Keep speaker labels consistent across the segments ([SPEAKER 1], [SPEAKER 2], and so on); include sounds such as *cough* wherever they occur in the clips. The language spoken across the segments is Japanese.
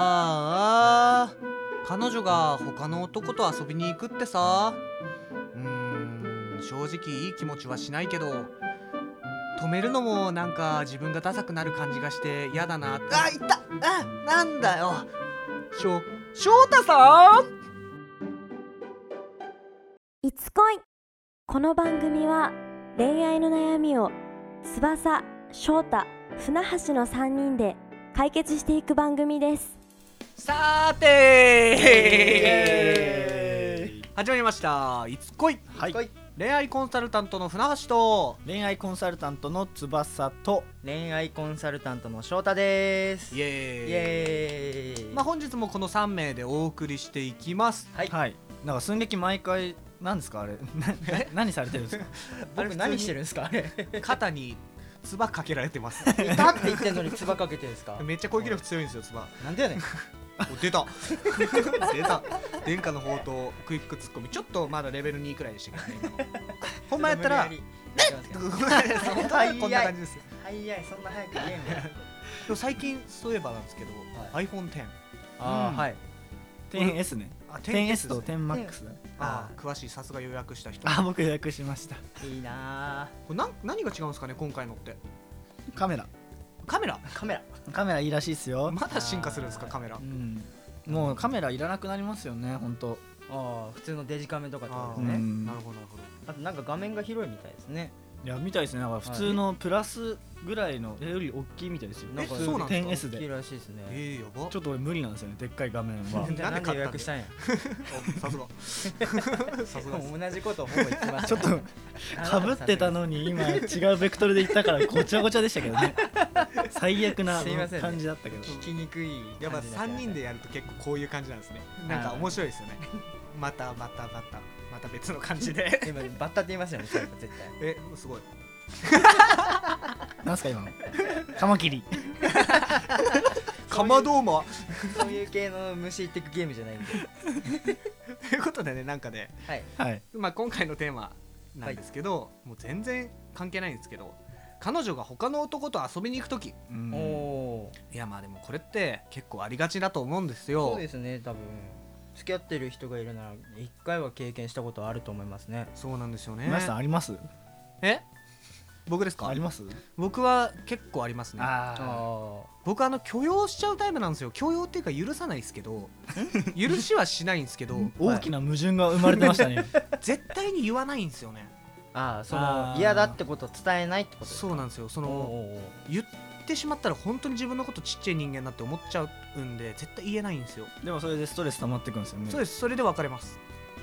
[SPEAKER 1] ああ彼女が他の男と遊びに行くってさうーん正直いい気持ちはしないけど止めるのもなんか自分がダサくなる感じがして嫌だなあいたあなんだよしょ翔太さん
[SPEAKER 2] いつ恋この番組は恋愛の悩みを翼、翔太、船橋の3人で解決していく番組です
[SPEAKER 1] さー
[SPEAKER 3] エ
[SPEAKER 1] て
[SPEAKER 3] ーイ
[SPEAKER 1] 始まりました「いつ恋
[SPEAKER 3] はい、
[SPEAKER 1] 恋愛コンサルタントの船橋と
[SPEAKER 3] 恋愛コンサルタントの翼と
[SPEAKER 4] 恋愛コンサルタントの翔太です
[SPEAKER 1] イエーイ
[SPEAKER 4] イエーイ
[SPEAKER 1] まあ、本日もこの3名でお送りしていきます
[SPEAKER 4] はい
[SPEAKER 3] なんか寸劇毎回なんですかあれな
[SPEAKER 4] *laughs*
[SPEAKER 3] 何されてるんですか
[SPEAKER 4] 僕何してるんですかあれ
[SPEAKER 1] 肩に唾かけられてます
[SPEAKER 4] いたって言ってんのに唾かけてるんですか
[SPEAKER 1] めっちゃ攻撃力強いんですよ唾
[SPEAKER 4] なんでやねん
[SPEAKER 1] *laughs* お出た *laughs* 出た殿下の宝刀クイックツッコミちょっとまだレベル2くらいでしたけどね今の
[SPEAKER 4] *laughs*
[SPEAKER 1] ほんまやったら *laughs* こんな感じですよ
[SPEAKER 4] はいやいそんな早くゲーム
[SPEAKER 1] *laughs* でも最近そういえばなんですけど、iPhone10
[SPEAKER 4] あ
[SPEAKER 3] うん
[SPEAKER 4] あはい
[SPEAKER 3] 10S ね
[SPEAKER 1] あ
[SPEAKER 3] 10S と
[SPEAKER 1] ですね
[SPEAKER 3] 10MAX だね
[SPEAKER 1] あー詳しいさすが予約した人
[SPEAKER 3] あ僕予約しました
[SPEAKER 4] いいな
[SPEAKER 1] これなん何が違うんですかね今回のって
[SPEAKER 3] カメラ
[SPEAKER 1] カメラ
[SPEAKER 4] ーカメラ
[SPEAKER 3] カメラいいらしいっすよ、
[SPEAKER 1] まだ進化するんですかカメラ
[SPEAKER 3] うんもうカメラいらなくなりますよね本当
[SPEAKER 4] ああ普通のデジカメとかってこ
[SPEAKER 1] あ
[SPEAKER 4] と
[SPEAKER 1] ー
[SPEAKER 4] ですね
[SPEAKER 3] ん
[SPEAKER 1] なるほどなるほど
[SPEAKER 4] あとなんか画面が広いみたいですね
[SPEAKER 3] いやみたいですねなんか普通のプラスぐらいのより大きいみたいですよ
[SPEAKER 4] なんか
[SPEAKER 3] 普通
[SPEAKER 1] そうな
[SPEAKER 3] の
[SPEAKER 1] んですか
[SPEAKER 3] 10S
[SPEAKER 4] 大きい
[SPEAKER 3] で
[SPEAKER 4] らしいですね
[SPEAKER 1] えー、やば
[SPEAKER 3] ちょっと俺無理なんですよねでっかい画面 *laughs* は
[SPEAKER 4] じゃ
[SPEAKER 1] な
[SPEAKER 4] あなんん
[SPEAKER 1] で買ったんだ
[SPEAKER 4] で予約したんや
[SPEAKER 1] おさすがさすが *laughs* です
[SPEAKER 4] *laughs* 同じことほぼ言ってまし
[SPEAKER 3] ちょ
[SPEAKER 4] た
[SPEAKER 3] っとかぶってたのに今違うベクトルで行ったからごちゃごちゃでしたけどね最悪な
[SPEAKER 4] すいませんね
[SPEAKER 3] 感じだったけど
[SPEAKER 4] 聞きにくい
[SPEAKER 1] やっぱ
[SPEAKER 4] 感じになっちゃ
[SPEAKER 1] 3
[SPEAKER 4] いました
[SPEAKER 1] 人でやると結構こういう感じなんですねなんか面白いですよねまたまたまたまた別の感じで
[SPEAKER 4] 今バッタって言いましたよね最後絶対
[SPEAKER 1] *laughs* えすごい
[SPEAKER 3] なんすか今のカマキリ
[SPEAKER 1] かまどうも
[SPEAKER 4] そういう系の虫行ってくゲームじゃないんで
[SPEAKER 1] ということでねなんかね、
[SPEAKER 4] はい
[SPEAKER 3] はい
[SPEAKER 1] まあ、今回のテーマなんですけど、もう全然関係ないんですけど彼女が他の男と遊びに行く時
[SPEAKER 3] うん
[SPEAKER 4] おー
[SPEAKER 1] いやまあでもこれって結構ありがちだと思うんですよ
[SPEAKER 4] そうですね多分付き合ってる人がいるなら一回は経験したことあると思いますね
[SPEAKER 1] そうなんですよね
[SPEAKER 3] 皆さんあります
[SPEAKER 1] え僕ですか
[SPEAKER 3] あります
[SPEAKER 1] 僕は結構ありますね
[SPEAKER 3] あ
[SPEAKER 4] あ
[SPEAKER 1] 僕あの許容しちゃうタイプなんですよ許容っていうか許さないですけど許しはしないんですけど
[SPEAKER 3] 大きな矛盾が生まれてましたね
[SPEAKER 1] 絶対に言わないんですよね
[SPEAKER 4] あーそ
[SPEAKER 3] あ
[SPEAKER 4] の
[SPEAKER 3] ー
[SPEAKER 4] 嫌だってことを伝えないってことです
[SPEAKER 1] そうなんですよそ
[SPEAKER 4] おう
[SPEAKER 1] の
[SPEAKER 4] おうおう
[SPEAKER 1] 言ってしまったら本当に自分のことちっちゃい人間だって思っちゃうんで絶対言えないんですよ、
[SPEAKER 3] *laughs* でもそれでストレス溜まってくんですよね
[SPEAKER 1] そうですそれで別れます、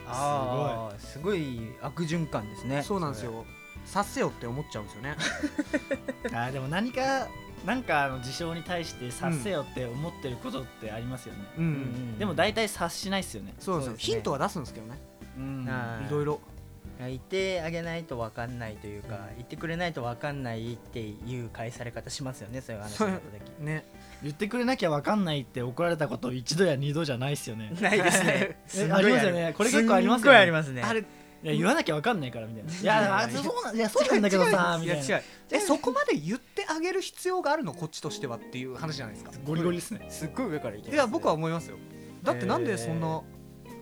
[SPEAKER 4] あーすごい悪循環ですね
[SPEAKER 1] そうなんですよ察せよって思っちゃうんですよね
[SPEAKER 3] あーでも何かなんかあの事象に対して察せよって思ってることってありますよね、
[SPEAKER 1] うん、
[SPEAKER 4] それうんうん
[SPEAKER 3] でも大体察しないっすよね
[SPEAKER 1] そうなんですよ
[SPEAKER 4] そうです
[SPEAKER 1] ヒ
[SPEAKER 4] ね
[SPEAKER 1] ントは出すんですけどね
[SPEAKER 3] うん
[SPEAKER 4] あー
[SPEAKER 1] いろいろ
[SPEAKER 4] 言ってあげないと分かんないというか言ってくれないと分かんないっていう返され方しますよねそういう話になった時
[SPEAKER 1] ね
[SPEAKER 3] 言ってくれなきゃわかんないって怒られたこと一度や二度じゃないっすよね
[SPEAKER 4] ないですね
[SPEAKER 3] え
[SPEAKER 4] ん
[SPEAKER 3] あ
[SPEAKER 4] ごい
[SPEAKER 3] りますよ
[SPEAKER 4] あ
[SPEAKER 3] ね
[SPEAKER 4] る
[SPEAKER 3] これ結構あります
[SPEAKER 4] んご
[SPEAKER 3] よ
[SPEAKER 4] い
[SPEAKER 3] ね
[SPEAKER 4] ありますね
[SPEAKER 1] あれ
[SPEAKER 3] いや言わなきゃわかんないからみ *laughs* たいな。い
[SPEAKER 1] や
[SPEAKER 3] やあ
[SPEAKER 1] いや
[SPEAKER 3] そうなんいやそうなんだけどさみたいな。
[SPEAKER 1] うえそこまで言ってあげる必要があるのこっちとしてはっていう話じゃないですか
[SPEAKER 3] ゴリゴリですね。
[SPEAKER 4] すっごい上からいきます
[SPEAKER 1] い
[SPEAKER 4] ね
[SPEAKER 1] や僕は思いますよだってなんでそんな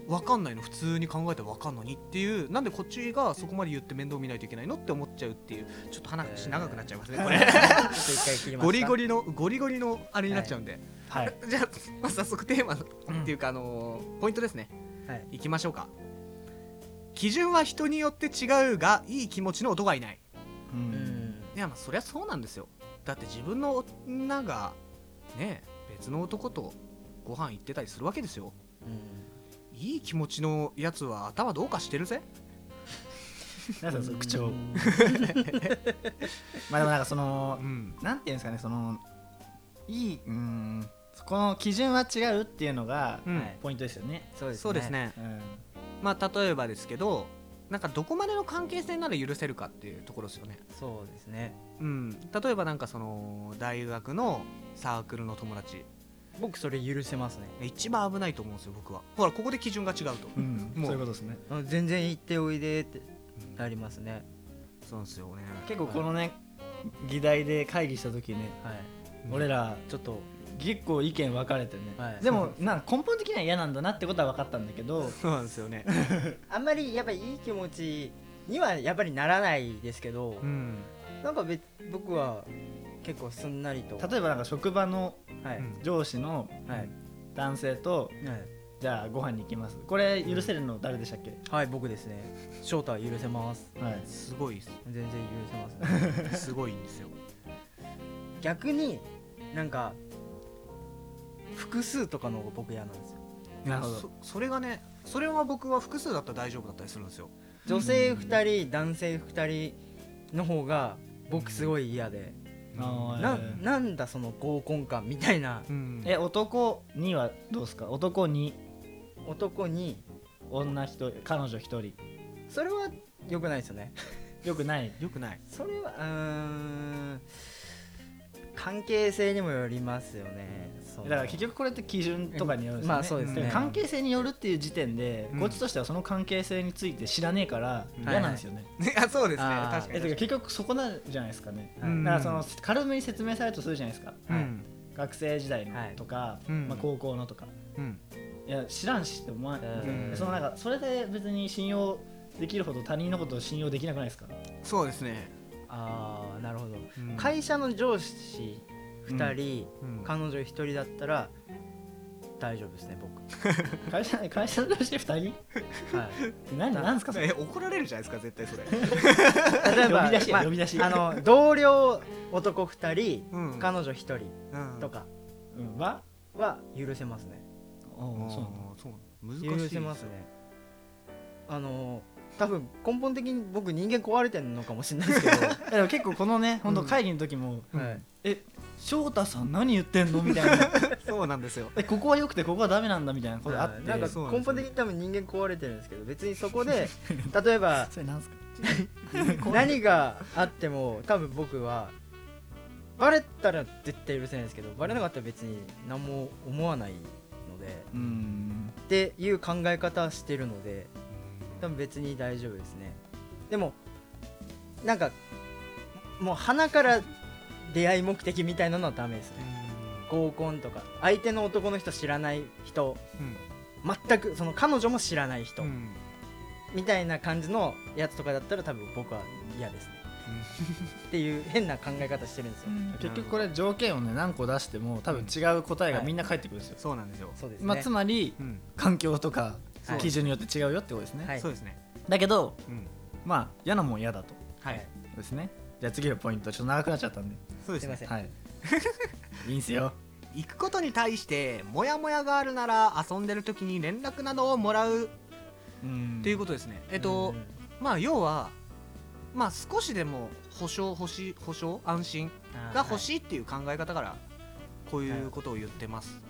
[SPEAKER 1] 分かんないの普通に考えて分かんのにっていうなんでこっちがそこまで言って面倒見ないといけないのって思っちゃうっていうちょっと話長くなっちゃいますねこれ
[SPEAKER 4] ちょっと一回切りますか
[SPEAKER 1] *laughs* ゴリゴリのゴリゴリのあれになっちゃうんで、
[SPEAKER 3] はい。
[SPEAKER 1] じゃあ、まあ、早速テーマっていうか、あのーポイントですね
[SPEAKER 4] はい
[SPEAKER 1] いきましょうか基準は人によって違うがいい気持ちの音がいない
[SPEAKER 4] うん
[SPEAKER 1] いやまあそりゃそうなんですよだって自分の女がね別の男とご飯行ってたりするわけですよ
[SPEAKER 4] うん
[SPEAKER 1] いい気持ちのやつは頭どうかしてるぜ
[SPEAKER 3] なんかその口調
[SPEAKER 4] う。ん
[SPEAKER 3] まあでもなんかその
[SPEAKER 1] ん
[SPEAKER 3] なんていうんですかねそのいいうんそこの基準は違うっていうのが
[SPEAKER 1] うん
[SPEAKER 4] はい
[SPEAKER 3] ポイントですよね。
[SPEAKER 4] そうですね
[SPEAKER 1] そうですね
[SPEAKER 3] うん
[SPEAKER 1] まあ例えばですけどなんかどこまでの関係性なら許せるかっていうところですよね
[SPEAKER 4] そうですね
[SPEAKER 1] うん例えばなんかその大学のサークルの友達
[SPEAKER 4] 僕それ許せますね
[SPEAKER 1] 一番危ないと思うんですよ僕はほらここで基準が違うと、
[SPEAKER 3] うん。
[SPEAKER 1] もう
[SPEAKER 3] そういうことですね。
[SPEAKER 4] あ全然行っておいでって
[SPEAKER 1] うん
[SPEAKER 4] なりますね
[SPEAKER 1] そうなんですよね
[SPEAKER 3] 結構このね議題で会議した時ね
[SPEAKER 4] はい
[SPEAKER 1] うん
[SPEAKER 3] 俺ら
[SPEAKER 4] ちょっと
[SPEAKER 3] 結構意見分かれてね、
[SPEAKER 4] はい
[SPEAKER 3] でもなんか根本的には嫌なんだなってことは分かったんだけど
[SPEAKER 1] そうなんですよね。
[SPEAKER 4] あんまりやっぱりいい気持ちにはやっぱりならないですけど、
[SPEAKER 1] うん。
[SPEAKER 4] なんかべ僕は結構すんなりと
[SPEAKER 3] 例えばなんか職場の
[SPEAKER 4] はい、
[SPEAKER 1] うん
[SPEAKER 3] 上司の
[SPEAKER 4] はい、
[SPEAKER 3] 男性と
[SPEAKER 4] はい
[SPEAKER 3] じゃあご飯に行きますこれ許せるの誰でしたっけ、
[SPEAKER 4] はい、僕ですね翔太は許せます
[SPEAKER 3] はい
[SPEAKER 1] すごいっす。
[SPEAKER 4] 全然許せま
[SPEAKER 1] *laughs*
[SPEAKER 4] す、ね、
[SPEAKER 1] すごいんですよ。
[SPEAKER 4] 逆になんか複数とかの方が僕嫌なんですよ
[SPEAKER 3] *laughs* なるほど
[SPEAKER 1] そそれがね、それは僕は複数だったら大丈夫だったりするんですよ。
[SPEAKER 4] 女性2人男性2人の方が僕すごい嫌で、
[SPEAKER 3] あー
[SPEAKER 4] な
[SPEAKER 3] えー
[SPEAKER 4] なんだその合コン感みたいな
[SPEAKER 1] うん。
[SPEAKER 3] え男にはどうですか男に
[SPEAKER 4] 男に
[SPEAKER 3] 女一人彼女一人
[SPEAKER 4] それは良くないですよね
[SPEAKER 3] よくない
[SPEAKER 1] よくない。 *laughs*
[SPEAKER 4] それはうーん関係性にもよりますよねその
[SPEAKER 3] だから結局これって基準とかによるんですよね、
[SPEAKER 4] まあそうですね
[SPEAKER 1] うん
[SPEAKER 3] 関係性によるっていう時点で、
[SPEAKER 1] うん
[SPEAKER 3] こっちとしてはその関係性について知らねえから
[SPEAKER 1] うん
[SPEAKER 3] 嫌なんですよね、
[SPEAKER 1] いや、そうですね。
[SPEAKER 4] あー
[SPEAKER 1] 確かに
[SPEAKER 3] えてか
[SPEAKER 1] 確かに。
[SPEAKER 3] 結局そこなんじゃないですかね、
[SPEAKER 4] はい
[SPEAKER 1] うん
[SPEAKER 3] だからその軽めに説明されるとするじゃないですか、
[SPEAKER 1] うん。
[SPEAKER 3] 学生時代の
[SPEAKER 4] はい
[SPEAKER 3] とか、
[SPEAKER 1] うん
[SPEAKER 3] まあ、高校のとか
[SPEAKER 1] うん。
[SPEAKER 3] いや知らんしって思わない、
[SPEAKER 1] うん
[SPEAKER 3] そのなんかそれで別に信用できるほど他人のことを信用できなくないですか
[SPEAKER 1] そうですね。
[SPEAKER 4] ああなるほど、
[SPEAKER 1] うん
[SPEAKER 4] 会社の上司2人、
[SPEAKER 1] うん
[SPEAKER 4] 彼女1人だったら大丈夫ですね
[SPEAKER 3] *laughs* 会社会社の上司2人っ
[SPEAKER 4] 僕はい
[SPEAKER 3] て何なんですかそれ
[SPEAKER 1] え怒られるじゃないですか絶対それ、
[SPEAKER 4] 例えば
[SPEAKER 3] 呼び出しや
[SPEAKER 4] あ
[SPEAKER 3] 呼び出し
[SPEAKER 4] あの同僚男2人
[SPEAKER 1] うん
[SPEAKER 4] 彼女1人
[SPEAKER 1] うん
[SPEAKER 4] とか
[SPEAKER 3] うんは
[SPEAKER 4] は許せますね
[SPEAKER 3] おうそうなんだ
[SPEAKER 1] そう難しい
[SPEAKER 4] 許せますねあの多分根本的に僕人間壊れてるのかもしれないですけ *laughs*
[SPEAKER 3] えでも結構このね本当
[SPEAKER 1] うん
[SPEAKER 3] 会議の時も
[SPEAKER 1] う
[SPEAKER 4] ど、
[SPEAKER 1] ん
[SPEAKER 4] はい
[SPEAKER 3] 「え翔太さん何言ってんの?」みたいな *laughs*
[SPEAKER 1] そうなんですよ
[SPEAKER 3] 「えここは良くてここはダメなんだ」みたいなことあっ
[SPEAKER 4] は
[SPEAKER 3] て
[SPEAKER 4] いなんか
[SPEAKER 1] そうなんですよ
[SPEAKER 4] 根本的に多分人間壊れてるんですけど別 *laughs* にそこで例え *laughs* ば
[SPEAKER 3] それなんすか
[SPEAKER 4] 何があっても多分僕はバレたら絶対許せないですけどバレなかったら別に何も思わないので
[SPEAKER 3] うん
[SPEAKER 4] っていう考え方してるので多分別に大丈夫ですねでもなんかもう鼻から出会い目的みたいなのはダメですね合コンとか相手の男の人知らない人
[SPEAKER 1] うん
[SPEAKER 4] 全くその彼女も知らない人、
[SPEAKER 1] うんうん
[SPEAKER 4] みたいな感じのやつとかだったら多分僕は嫌ですね
[SPEAKER 1] *laughs*
[SPEAKER 4] っていう変な考え方してるんですよ、
[SPEAKER 3] 結局これ条件をね何個出しても多分違う答えがみんな返ってくるんですよ、
[SPEAKER 1] そうなんですよ
[SPEAKER 4] そうですね、
[SPEAKER 3] まあ、つまり
[SPEAKER 1] うん
[SPEAKER 3] 環境とか
[SPEAKER 4] はい
[SPEAKER 3] 基準によって違うよってことですね、
[SPEAKER 4] はい
[SPEAKER 1] そうですね
[SPEAKER 3] だけど
[SPEAKER 1] うん
[SPEAKER 3] まあ嫌なもん嫌だと
[SPEAKER 1] はい
[SPEAKER 3] ですねじゃあ次のポイントちょっと長くなっちゃったんで、
[SPEAKER 1] そうです
[SPEAKER 4] すいま
[SPEAKER 1] ね
[SPEAKER 4] せん
[SPEAKER 3] はいいいんすよ
[SPEAKER 1] 行くことに対してモヤモヤがあるなら遊んでる時に連絡などをもらう
[SPEAKER 3] うん
[SPEAKER 1] っていうことですねえっと
[SPEAKER 4] うん
[SPEAKER 1] まあ要はまあ少しでも保証欲しい保証安心
[SPEAKER 4] あー
[SPEAKER 1] が欲
[SPEAKER 4] は
[SPEAKER 1] しいっていう考え方からこういうことを言ってます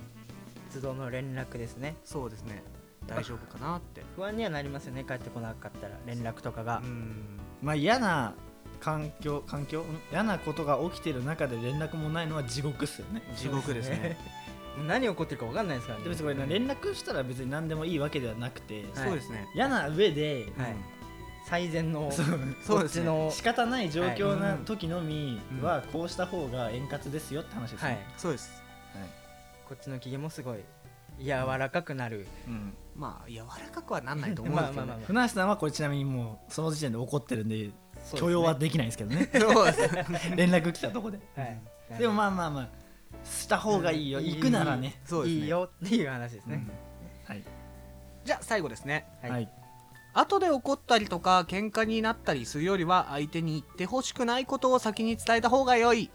[SPEAKER 4] い都度の連絡ですね
[SPEAKER 1] そうですね大丈夫かなって
[SPEAKER 4] 不安にはなりますよね帰ってこなかったら連絡とかが、
[SPEAKER 1] うん
[SPEAKER 3] まあ嫌な環境環境ん嫌なことが起きてる中で連絡もないのは地獄っすよね
[SPEAKER 1] 地獄ですね
[SPEAKER 4] もう何起こってるか分かんないですからね
[SPEAKER 3] で別にこれね連絡したら別に何でもいいわけではなくて、
[SPEAKER 4] はい
[SPEAKER 1] そうですね
[SPEAKER 3] 嫌な上で、
[SPEAKER 4] はい最善の
[SPEAKER 3] そう
[SPEAKER 1] そう
[SPEAKER 4] こ
[SPEAKER 1] で
[SPEAKER 4] っ
[SPEAKER 1] す
[SPEAKER 4] ち
[SPEAKER 1] ね
[SPEAKER 4] の
[SPEAKER 3] 仕方ない状況
[SPEAKER 1] はい
[SPEAKER 3] な
[SPEAKER 1] うん
[SPEAKER 3] 時のみはこうした方が円滑ですよって話ですね、
[SPEAKER 4] はい
[SPEAKER 1] そうです
[SPEAKER 3] はい
[SPEAKER 4] こっちの機嫌もすごい柔らかくなる、
[SPEAKER 3] うん
[SPEAKER 1] まあ柔らかくはなんないと思うんで
[SPEAKER 4] ます
[SPEAKER 1] け
[SPEAKER 4] あ
[SPEAKER 1] ど
[SPEAKER 4] *laughs* ま
[SPEAKER 1] ね
[SPEAKER 4] あまあまあ
[SPEAKER 3] 船橋さんはこれちなみにもうその時点で怒ってるんで
[SPEAKER 4] そうですね
[SPEAKER 3] 許容はできないですけど
[SPEAKER 4] *laughs*
[SPEAKER 3] ね
[SPEAKER 1] そうですね
[SPEAKER 3] 連絡来たとこで
[SPEAKER 4] はい
[SPEAKER 3] でもまあまあまあした方がいいよ、
[SPEAKER 4] うん
[SPEAKER 3] 行くならね、
[SPEAKER 1] そうですね
[SPEAKER 4] いいよっていう話です
[SPEAKER 1] う
[SPEAKER 4] ね
[SPEAKER 1] ん、
[SPEAKER 3] はい
[SPEAKER 1] じゃあ最後ですね
[SPEAKER 4] はい
[SPEAKER 3] はい
[SPEAKER 1] 後で怒ったりとか喧嘩になったりするよりは相手に言ってほしくないことを先に伝えた方が良い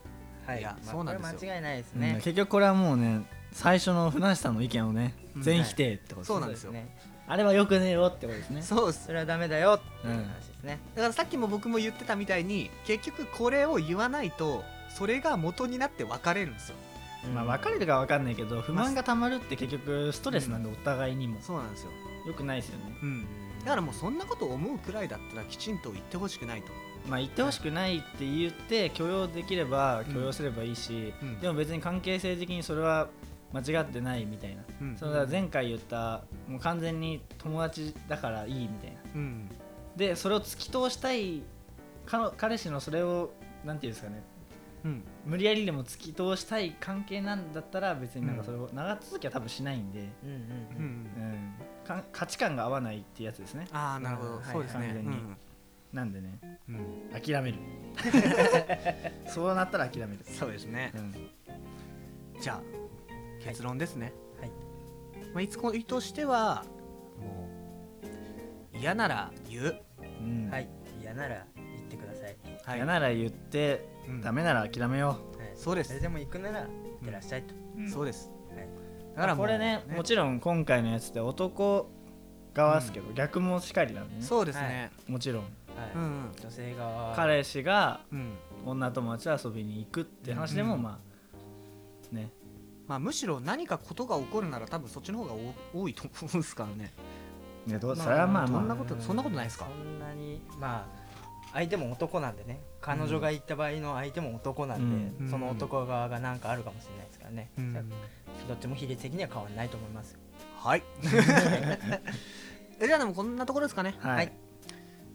[SPEAKER 4] はい
[SPEAKER 1] いや
[SPEAKER 4] まあ
[SPEAKER 1] そうなんですよ
[SPEAKER 4] これ間違いないです
[SPEAKER 3] うん
[SPEAKER 4] ね、
[SPEAKER 3] 結局これはもうね最初の船橋さんの意見をね
[SPEAKER 1] うん
[SPEAKER 3] 全否定ってことですね、
[SPEAKER 1] そうなんですよ
[SPEAKER 4] ね
[SPEAKER 3] あれはよくねえよってことですね
[SPEAKER 1] そうっす
[SPEAKER 4] それはダメだよっていう話ですね、
[SPEAKER 1] だからさっきも僕も言ってたみたいに結局これを言わないとそれが元になって別れるんですよ
[SPEAKER 3] まあ別れるかは分かんないけど不満がたまるって結局ストレスなんでお互いにも
[SPEAKER 1] そうなんですよ
[SPEAKER 3] よくないですよね
[SPEAKER 1] うんだからもうそんなこと思うくらいだったらきちんと言ってほしくないと
[SPEAKER 3] まあ言ってほしくないって言って許容できれば許容すればいいし、
[SPEAKER 1] うん
[SPEAKER 3] でも別に関係性的にそれは間違ってないみたいな、
[SPEAKER 1] うん
[SPEAKER 3] そのだから前回言ったもう完全に友達だからいいみたいな
[SPEAKER 1] うん
[SPEAKER 3] でそれを突き通したい彼彼氏のそれをなんていうんですかね
[SPEAKER 1] うん
[SPEAKER 3] 無理やりでも突き通したい関係なんだったら別になんかそれを長続きは多分しないんで、
[SPEAKER 4] うんうん
[SPEAKER 1] う
[SPEAKER 4] うん
[SPEAKER 1] ん
[SPEAKER 3] うん、か価値観が合わないってやつですね
[SPEAKER 1] ああなるほ
[SPEAKER 4] う
[SPEAKER 1] ど
[SPEAKER 4] ん
[SPEAKER 1] そうです
[SPEAKER 3] はい
[SPEAKER 1] ね
[SPEAKER 3] 完全になんでね
[SPEAKER 1] うんうん
[SPEAKER 3] 諦めるそうなったら諦める
[SPEAKER 1] そうですね
[SPEAKER 3] うん
[SPEAKER 1] じゃあ結論ですね
[SPEAKER 4] はい
[SPEAKER 1] まあいつこいとしてはもう嫌なら言う
[SPEAKER 3] うん
[SPEAKER 4] はい嫌なら言ってください、
[SPEAKER 1] はい
[SPEAKER 3] 嫌なら言って、
[SPEAKER 1] うん
[SPEAKER 3] ダメなら諦めよ
[SPEAKER 4] はい、
[SPEAKER 1] そうです
[SPEAKER 4] 誰でも行くなら行ってらっしゃいと、
[SPEAKER 3] う、
[SPEAKER 1] そう
[SPEAKER 3] で
[SPEAKER 1] です
[SPEAKER 4] はい
[SPEAKER 1] だからもう
[SPEAKER 3] これねもちろん今回のやつって男側っすけど、逆もしかりなんでね
[SPEAKER 1] そうですね
[SPEAKER 3] もちろん
[SPEAKER 4] はい
[SPEAKER 1] うんうん
[SPEAKER 4] 女性側
[SPEAKER 3] 彼氏が
[SPEAKER 1] うん
[SPEAKER 3] 女友達と遊びに行くって話でも、
[SPEAKER 1] うん
[SPEAKER 3] まあね
[SPEAKER 1] まあむしろ何かことが起こるなら多分そっちの方が多多いと思うんですからね
[SPEAKER 3] いやどう
[SPEAKER 4] まあ
[SPEAKER 3] それはまあ
[SPEAKER 1] どん
[SPEAKER 3] ま
[SPEAKER 1] な
[SPEAKER 3] あ
[SPEAKER 1] こと
[SPEAKER 4] う
[SPEAKER 1] そんなことないですか
[SPEAKER 4] そんなにまあ相手も男なんでね彼女が行った場合の相手も男なん
[SPEAKER 1] う
[SPEAKER 4] で、
[SPEAKER 1] ん
[SPEAKER 4] その男側が何かあるかもしれないですからね、
[SPEAKER 1] うん
[SPEAKER 4] じゃあどっちも比率的には変わらないと思います
[SPEAKER 1] はい *laughs* えじゃあでもこんなところですかね
[SPEAKER 3] はい、はい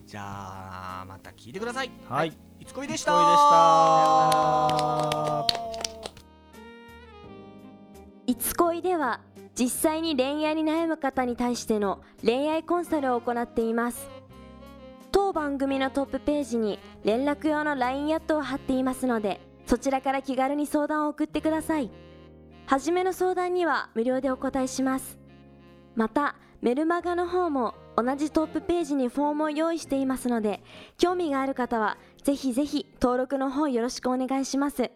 [SPEAKER 1] じゃあまた聞いてください
[SPEAKER 3] はい、
[SPEAKER 1] いつこいでし
[SPEAKER 3] したた
[SPEAKER 2] いつ恋では実際に恋愛に悩む方に対しての恋愛コンサルを行っています当番組のトップページに連絡用の LINE アットを貼っていますのでそちらから気軽に相談を送ってください初めの相談には無料でお答えしますまたメルマガの方も同じトップページにフォームを用意していますので興味がある方はぜひぜひ登録の方よろしくお願いします